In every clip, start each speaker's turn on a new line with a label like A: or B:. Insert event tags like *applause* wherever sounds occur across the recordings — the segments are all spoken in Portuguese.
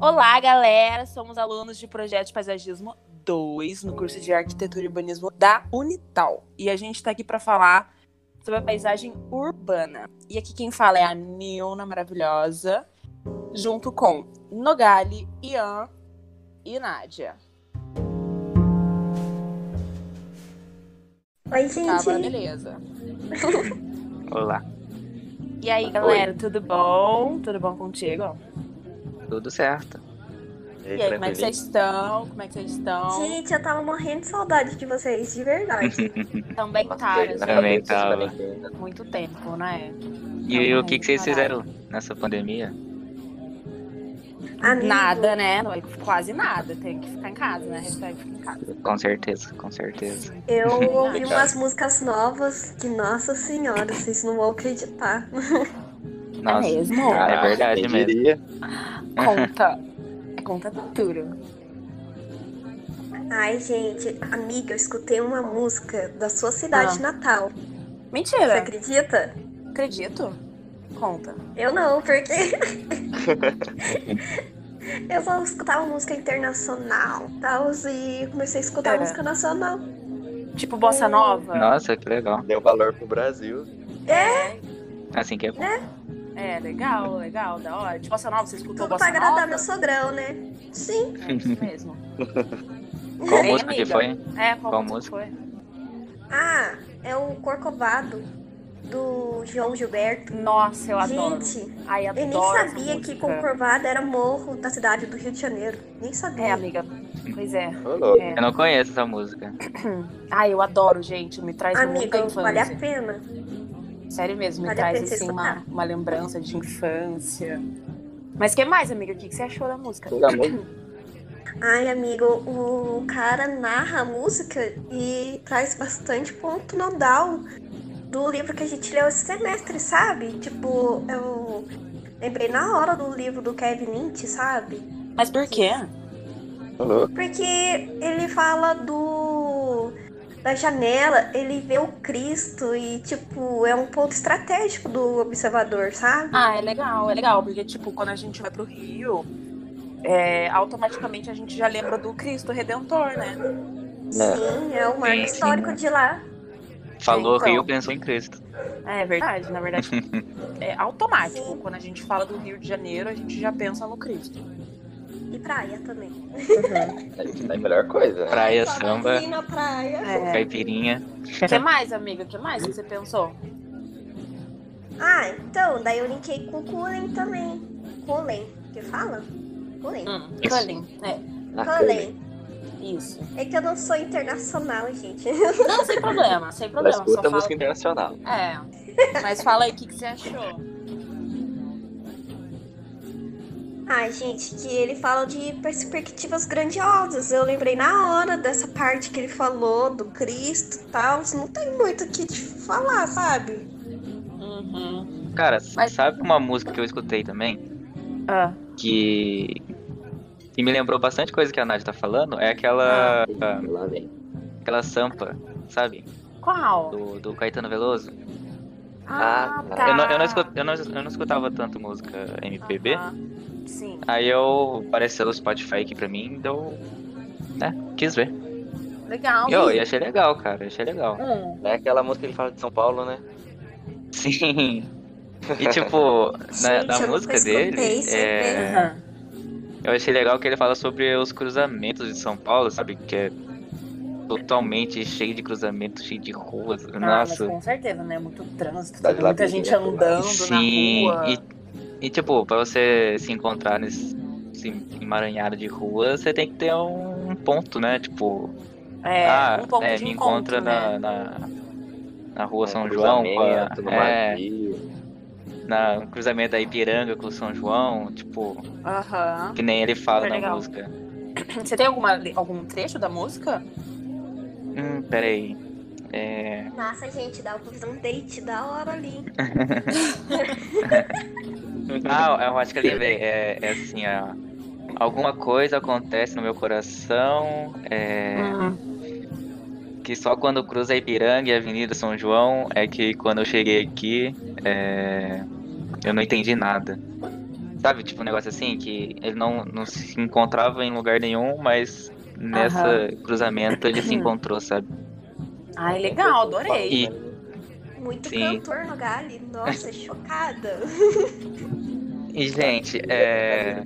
A: Olá, galera! Somos alunos de Projeto de Paisagismo 2, no curso de Arquitetura e Urbanismo da Unital. E a gente tá aqui para falar sobre a paisagem urbana. E aqui quem fala é a Nilna Maravilhosa, junto com Nogali, Ian e Nádia.
B: Oi,
A: Tá, agora
B: gente.
A: beleza.
C: Olá,
A: E aí, galera, tudo bom? Tudo bom contigo?
C: tudo certo?
A: E aí, como é que vocês estão? Como é que vocês estão?
B: Gente, eu tava morrendo de saudade de vocês,
A: *laughs*
B: de verdade.
A: Também tá,
C: Também
A: gente.
C: tava.
A: Muito tempo, né?
C: E aí, o que, que vocês fizeram nessa pandemia?
B: Amigo,
A: Nada, né? Não, Quase nada. Tem que ficar em casa, né? Hashtag fica em casa.
C: Com certeza, com certeza.
B: Eu
A: *laughs*
B: ouvi umas músicas novas que, nossa senhora, vocês não vão acreditar.
C: Nossa,
A: É mesmo?
C: é verdade
D: Ah, quem
C: mesmo.
D: diria?
A: Conta. Conta tudo.
B: Ai, gente, amiga, eu escutei uma música da sua cidade
A: Ah.
B: natal. Você
A: Mentira.
B: acredita?
A: Acredito. Conta.
B: Eu não,
A: *laughs*
B: porque. eu só escutava música internacional e tal, e comecei a escutar
A: É.
B: música nacional. É.
A: Tipo Bossa Nova?
C: Nossa, que legal.
D: Deu valor pro Brasil.
C: Assim que é bom.
A: É, legal, legal, da hora. De Bossa Nova, você escutou
B: Tudo pra
A: Bossa
B: agradar
A: Nova?
B: meu sogrão, né? Sim,
A: É isso mesmo.
C: *laughs* Qual
A: Ei,
C: música que
A: amiga.
C: foi?
A: É, qual,
C: Qual
A: música
C: música?
A: foi?
B: Ah, é o Corcovado do João Gilberto.
A: Nossa, eu adoro.
B: Gente,
A: Ai,
B: eu nem
A: adoro essa
B: sabia que
A: música.
B: Corcovado era morro da cidade do Rio de Janeiro. Nem sabia.
A: É, amiga. Pois é.
D: Ô, louco.
A: é.
C: Eu não conheço essa música.
A: Ai, eu adoro, gente. Me traz um muita
B: Amiga,
A: infância.
B: vale a pena.
A: Sério mesmo, me
B: Vale a pena
A: traz
B: você
A: assim, uma,
B: escutar.
A: uma lembrança de infância. Mas que mais, amiga? O que, que você achou da música?
D: Pelo amor-
B: Ai, amigo, o cara narra a música e traz bastante ponto nodal do livro que a gente leu esse semestre, sabe? Tipo, eu lembrei na hora do livro do Kevin Lynch, sabe?
A: Mas por quê?
D: Ô, louco.
B: Porque ele fala do da janela, ele vê o Cristo e tipo, é um ponto estratégico do observador, sabe?
A: Ah, é legal, é legal, porque tipo, quando a gente vai pro Rio, é, automaticamente a gente já lembra do Cristo Redentor, né?
B: Sim, é um marco
C: Sim, sim,
B: histórico
C: né?
B: de lá.
C: Falou
A: então.
C: Rio, pensou em Cristo.
A: É verdade, na verdade *laughs* é automático.
B: Sim.
A: Quando a gente fala do Rio de Janeiro, a gente já pensa no Cristo.
B: E praia também.
D: É a melhor coisa, né?
C: Praia, samba,
B: Sim, na praia.
A: Então, É.
C: caipirinha.
A: O que mais, amiga? O que mais que você pensou?
B: Ah, então, daí eu linkei com o Cullen também. Cullen, que fala? Cullen.
A: Hum,
C: Isso.
A: Cullen. É,
D: Ah,
B: Cullen.
A: isso.
B: É que eu não sou internacional, gente. *laughs*
A: Não, sem problema, sem
D: Ela
A: problema.
D: escuta
A: só
D: música
A: fala...
D: internacional.
A: É. Mas fala aí o que, que você achou.
B: Ai, gente, que ele fala de perspectivas grandiosas. Eu lembrei na hora dessa parte que ele falou do Cristo e tal. Não tem muito o que te falar, sabe?
A: Uhum.
C: Cara,
A: Mas-
C: sabe uma música que eu escutei também?
A: Ah,
C: Que. Que me lembrou bastante coisa que a Nádia tá falando? É
A: Ah.
C: aquela.
D: Lá vem.
C: Aquela sampa, sabe?
A: qual?
C: Do, do Caetano Veloso.
A: Ah,
D: Ah,
A: tá.
C: Eu, não, eu, não escut- eu, não, eu não escutava tanto música MPB.
A: Aham. Sim.
C: Aí eu apareceu o Spotify aqui pra mim, então. Né? Quis ver.
A: Legal.
C: E eu, eu achei legal, cara. eu Achei legal.
A: *laughs* Hum.
D: É aquela música que ele fala de São Paulo, né?
C: Sim. E tipo, na,
B: Gente,
C: na
B: eu nunca
C: música
B: escutei,
C: dele,
B: você
C: é,
A: Aham.
C: eu achei legal que ele fala sobre os cruzamentos de São Paulo, sabe? Que é totalmente cheio de cruzamentos, cheio de ruas.
A: Ah,
C: Nossa.
A: mas com certeza, né? Muito trânsito,
D: Tá de
A: muita
D: lá,
A: gente
D: né?
A: andando
C: Sim,
A: na rua.
C: e, e tipo, pra você se encontrar nesse nesse emaranhado de rua, você tem que ter um ponto, né? Tipo,
A: É,
C: ah,
A: um ponto
C: é,
A: de
C: me
A: encontro,
C: encontra
A: né?
C: na, na, na rua São
D: Um
C: João, com a-
D: cruzamento, no
C: é,
D: Maquis.
C: na, no cruzamento da Ipiranga com São João, tipo,
A: Aham.
C: que nem ele fala
A: Super
C: na
A: legal.
C: música.
A: Você tem alguma, algum trecho da música?
C: Hum, peraí. É,
B: Nossa, gente, dá pra fazer um date da hora ali.
C: Ah, eu acho que eu lembrei. É, é assim, ó. Alguma coisa acontece no meu coração. É.
A: Hum.
C: que só quando cruza a Ipiranga e a Avenida São João é que quando eu cheguei aqui, é, eu não entendi nada. Sabe, tipo um negócio assim, que ele não, não se encontrava em lugar nenhum, mas nessa cruzamento ele se encontrou, sabe?
A: Ai, legal, adorei.
C: E
B: Muito
C: Sim.
B: cantor no Gali. Nossa, é chocada.
C: E, gente, é.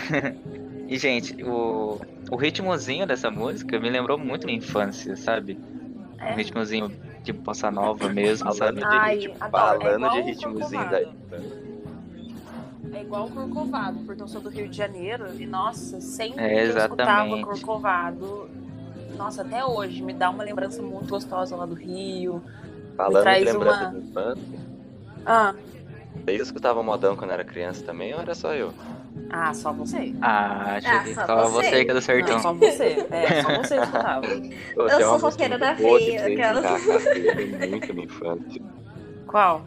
C: *laughs* e, gente, o, o ritmozinho dessa música me lembrou muito minha infância, sabe?
A: É?
C: Um ritmozinho de bossa nova mesmo, sabe?
A: Ai,
D: ritmo,
A: adoro. É
D: falando
A: igual
D: de
A: o
D: ritmozinho da
A: Corcovado. É igual o Corcovado, porque eu sou do Rio de Janeiro e, nossa, sempre
C: É,
A: que eu escutava
C: exatamente.
A: Corcovado, nossa, até hoje me dá uma lembrança muito gostosa lá do Rio.
D: Falando
A: traz
D: de lembrança
A: uma-
D: de infância.
A: Ah,
D: Vocês escutavam modão quando era criança também ou era só eu?
A: ah só você.
C: Ah,
B: Ah,
C: achei que
B: só
C: só
B: você.
C: você que é do sertão.
A: Não, só você. É, só você
D: *laughs*
A: escutava.
D: Eu,
B: sou
D: uma
B: roqueira
D: música
B: da
D: boa que
B: veia,
D: vocês
B: aquela. *laughs*
D: encaixam, que Foi muito minha infância.
A: Qual?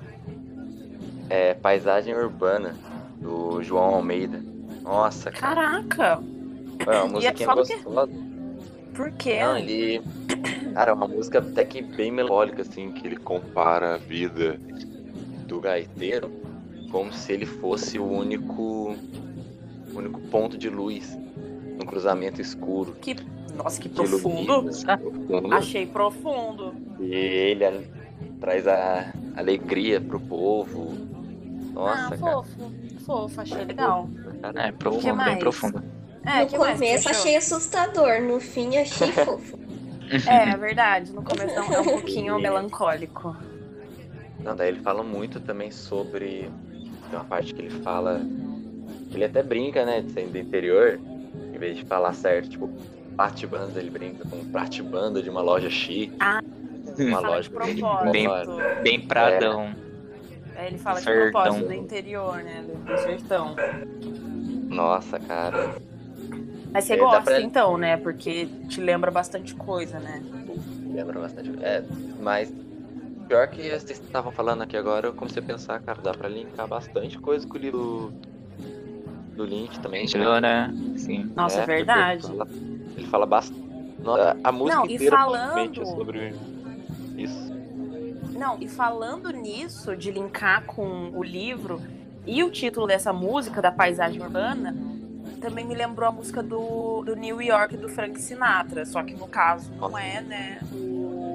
D: É Paisagem Urbana, do João Almeida. Nossa, cara.
A: Caraca,
D: É uma musiquinha
A: só é do quê?
D: gostosa.
A: por quê?
D: Não, ele. Cara, é uma música até que bem melancólica, assim, que ele compara a vida do gaiteiro como se ele fosse o único. o único ponto de luz num cruzamento escuro.
A: Que... Nossa, que
D: que
A: profundo.
D: ilumina, profundo.
A: Achei profundo.
D: E ele a- traz a alegria pro povo. Nossa,
A: ah,
D: cara.
A: fofo. Fofo, achei legal.
D: cara.
C: É,
A: Que
C: profundo, bem
A: mais?
C: profundo.
A: É,
B: no
A: que mais que
B: começo
A: você achou?
D: *laughs*
B: achei assustador, no fim achei
C: *laughs*
B: fofo.
A: É, é verdade. No começo é um- é um pouquinho melancólico.
D: Não, daí ele fala muito também sobre. Tem uma parte que ele fala. Ele até brinca, né? De ser do interior. Em vez de falar certo, tipo, pratibanda, ele brinca com pratibanda de uma loja chique.
A: Ah, Fala
D: uma
A: de
D: loja
A: propósito.
C: bem- Bem pradão.
A: É, ele fala de
C: Sertão.
A: propósito do interior, né? Do, do sertão.
D: Nossa, cara.
A: Mas você
D: É, dá
A: gosta,
D: pra-
A: então, né? Porque te lembra bastante coisa, né?
D: Lembra bastante. É, mas. Pior que vocês estavam falando aqui agora, eu comecei a pensar, cara, dá pra linkar bastante coisa com o livro do Lynch também.
C: Gente, viu, né? Sim.
A: Nossa, é,
D: porque
A: verdade.
D: Ele fala, ele fala bastante. Nossa, A música
A: Não, e
D: inteira
A: falando-
D: basicamente é sobre isso.
A: Não, e falando nisso, de linkar com o livro e o título dessa música, da paisagem urbana, também me lembrou a música do, do New York do Frank Sinatra. Só que no caso não é, né? O...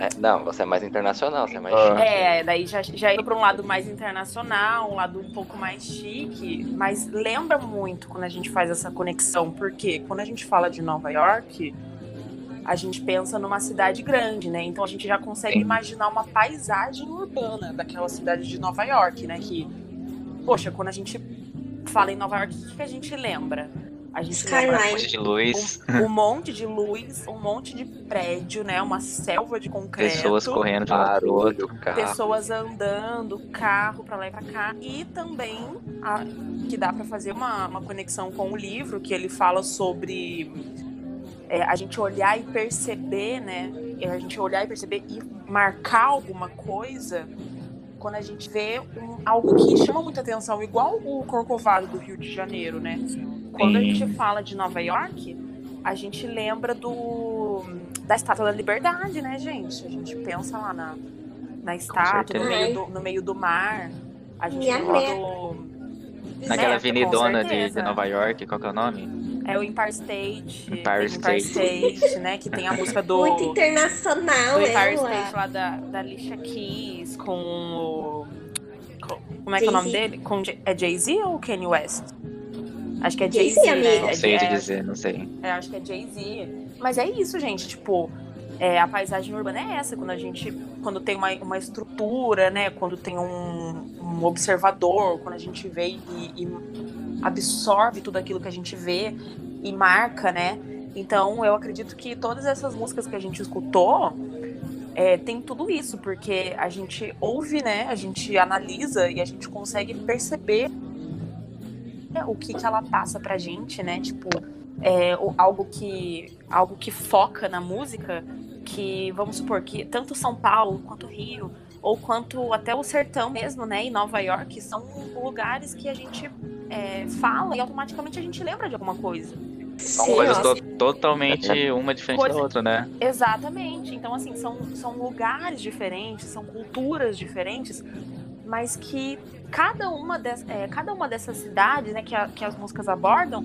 D: É, não, você é mais internacional, você é mais
C: Ah.
D: chique.
A: É, daí já, já indo pra um lado mais internacional, um lado um pouco mais chique, mas lembra muito quando a gente faz essa conexão, porque quando a gente fala de Nova York, a gente pensa numa cidade grande, né? Então a gente já consegue
C: Sim.
A: imaginar uma paisagem urbana daquela cidade de Nova York, né? Que, poxa, quando a gente fala em Nova York, o que que a gente lembra? A gente lembra
B: Skyline.
C: *laughs* Fonte de luz,
A: um, um monte de luz, um monte de prédio, né? Uma selva de concreto
C: pessoas correndo de um lado pro outro.
D: Barulho, carro.
A: pessoas andando, carro pra lá e pra cá. E também a- que dá pra fazer uma, uma conexão com o livro, que ele fala sobre é, a gente olhar e perceber, né? É, A gente olhar e perceber e marcar alguma coisa quando a gente vê um- algo que chama muita atenção, igual o Corcovado do Rio de Janeiro, né? Quando a
C: Sim.
A: gente fala de Nova York, a gente lembra do da Estátua da Liberdade, né, gente? A gente pensa lá na, na estátua, no
C: certeza.
A: meio, do, no meio do mar. A gente
B: Minha
A: lembra do.
C: Naquela
A: Certo, com
C: avenidona de,
A: certeza.
C: de Nova York, qual que é o nome?
A: É o Empire State.
C: Empire
A: tem o Empire
C: State.
A: State, né? Que tem a música do.
B: Muito então, é,
A: do
B: internacional,
A: Empire
B: ela.
A: State lá da, da Alicia Keys com o. com- Como é que é o nome
B: Jay-Z.
A: dele? Com, Jay- é Jay-Z ou Kanye West? Acho que é
B: Jay-Z,
A: Jay-Z, né?
B: amiga.
C: Não
A: É-
C: sei te
A: é-
C: dizer, não sei.
A: É, acho que é Jay-Z. Mas é isso, gente. Tipo, é, a paisagem urbana é essa. Quando a gente. Quando tem uma, uma estrutura, né? Quando tem um, um observador, quando a gente vê e, e absorve tudo aquilo que a gente vê e marca, né? Então eu acredito que todas essas músicas que a gente escutou. é, tem tudo isso, porque a gente ouve, né? A gente analisa e a gente consegue perceber né, o que, que ela passa pra gente, né? Tipo, é, o- algo que algo que foca na música que vamos supor que tanto São Paulo quanto Rio ou quanto até o sertão mesmo né e Nova York são lugares que a gente é, fala e automaticamente a gente lembra de alguma coisa
C: São
B: Sim,
C: coisas
B: nossa.
C: to- totalmente uma diferente
A: Coisa-
C: da outra, né?
A: exatamente então assim são, são lugares diferentes são culturas diferentes mas que cada uma, des, é, cada uma dessas cidades, né, que, a- que as músicas abordam,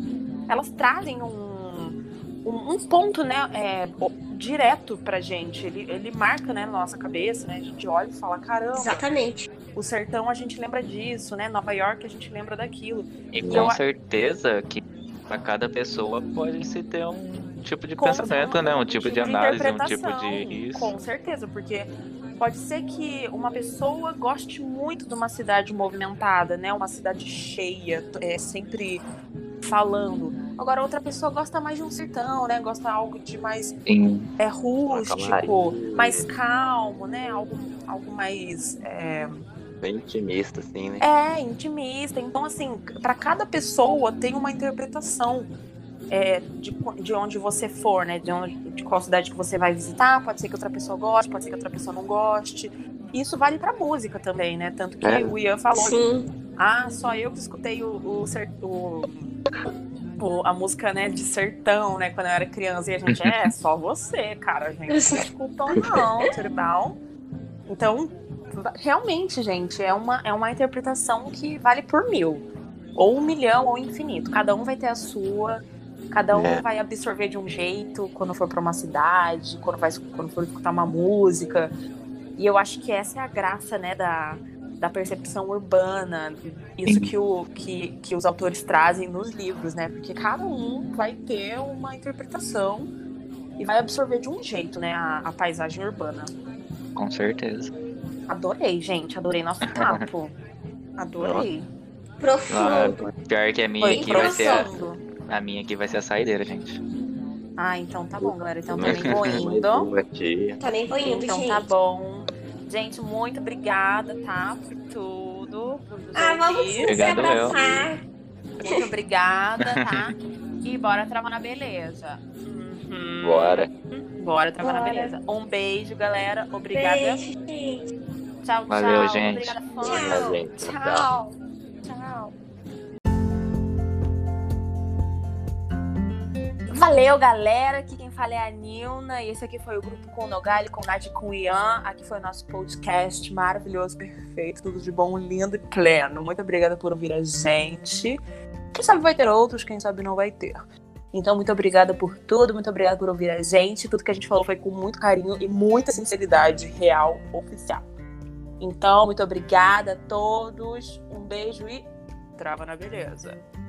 A: elas trazem um, um, um ponto, né, é, o- direto pra gente. Ele, ele marca, né, na nossa cabeça, né, a gente olha e fala, caramba,
B: Exatamente.
A: o sertão a gente lembra disso, né, Nova York a gente lembra daquilo.
C: E
A: Eu
C: com
A: a-
C: certeza que pra cada pessoa pode se ter um tipo de
A: Com-
C: pensamento, né? Um tipo de análise, um tipo
A: interpretação,
C: de isso.
A: Com certeza, porque pode ser que uma pessoa goste muito de uma cidade movimentada, né? Uma cidade cheia, t- é, sempre falando. Agora, outra pessoa gosta mais de um sertão, né? Gosta algo de mais
C: Sim.
A: é, rústico,
D: calmaria.
A: mais calmo, né? Algo, algo mais é,
D: Bem intimista, assim, né?
A: é, intimista. Então, assim, para cada pessoa tem uma interpretação é, de, qu- de onde você for, né? De, onde, de qual cidade que você vai visitar. Pode ser que outra pessoa goste, pode ser que outra pessoa não goste. Isso vale pra música também, né? Tanto que
D: É.
A: o Ian falou,
B: Sim.
A: ah, só eu que escutei o, o, cer- o- o- a música, né, de sertão, né, quando eu era criança. E a gente, é, só você, cara. A gente não escutou não, turbal. Então, va- realmente, gente, é uma, é uma interpretação que vale por mil. Ou um milhão, ou infinito. Cada um vai ter a sua. Cada um
D: É.
A: vai absorver de um jeito quando for pra uma cidade, quando, vai, escu- quando for escutar uma música. E eu acho que essa é a graça, né, da, da percepção urbana, isso
C: Sim.
A: que, o, que, que os autores trazem nos livros, né? Porque cada um vai ter uma interpretação e vai absorver de um jeito, né, a, a paisagem urbana.
C: Com certeza.
A: Adorei, gente, adorei
C: *laughs*
A: nosso papo. Adorei.
C: Ah,
B: Profundo.
C: pior que a minha
A: Foi
C: aqui vai ser a,
A: profundo.
C: a minha aqui vai ser a saideira, gente.
A: Ah, então tá bom, galera. Então também
C: *laughs*
A: vou
D: *laughs*
A: indo.
C: Ah,
D: Aqui.
B: Também vou indo,
A: Então
B: gente.
A: tá bom. Gente, muito obrigada, tá? Por tudo. por nos
B: Ah, vamos
A: ouvir.
B: se
C: Obrigado, Léo.
B: abraçar. *laughs*
A: Muito obrigada, tá? E bora trabalhar na beleza. Uhum.
D: Bora.
A: Bora trabalhar na
B: Bora.
A: beleza. Um beijo, galera. Obrigada.
B: Beijo, gente.
A: Tchau, tchau.
C: Valeu, gente.
A: Obrigada, fã.
B: Tchau.
D: gente.
A: Tchau. Tchau. Valeu, galera. Aqui quem fala é a Nilna. E esse aqui foi o grupo com o Nogali, com o Nath e com o Ian. Aqui foi o nosso podcast maravilhoso, perfeito, tudo de bom, lindo e pleno. Muito obrigada por ouvir a gente. Quem sabe vai ter outros, quem sabe não vai ter. Então, muito obrigada por tudo, muito obrigada por ouvir a gente. Tudo que a gente falou foi com muito carinho e muita sinceridade real, oficial. Então, muito obrigada a todos. Um beijo e trava na beleza.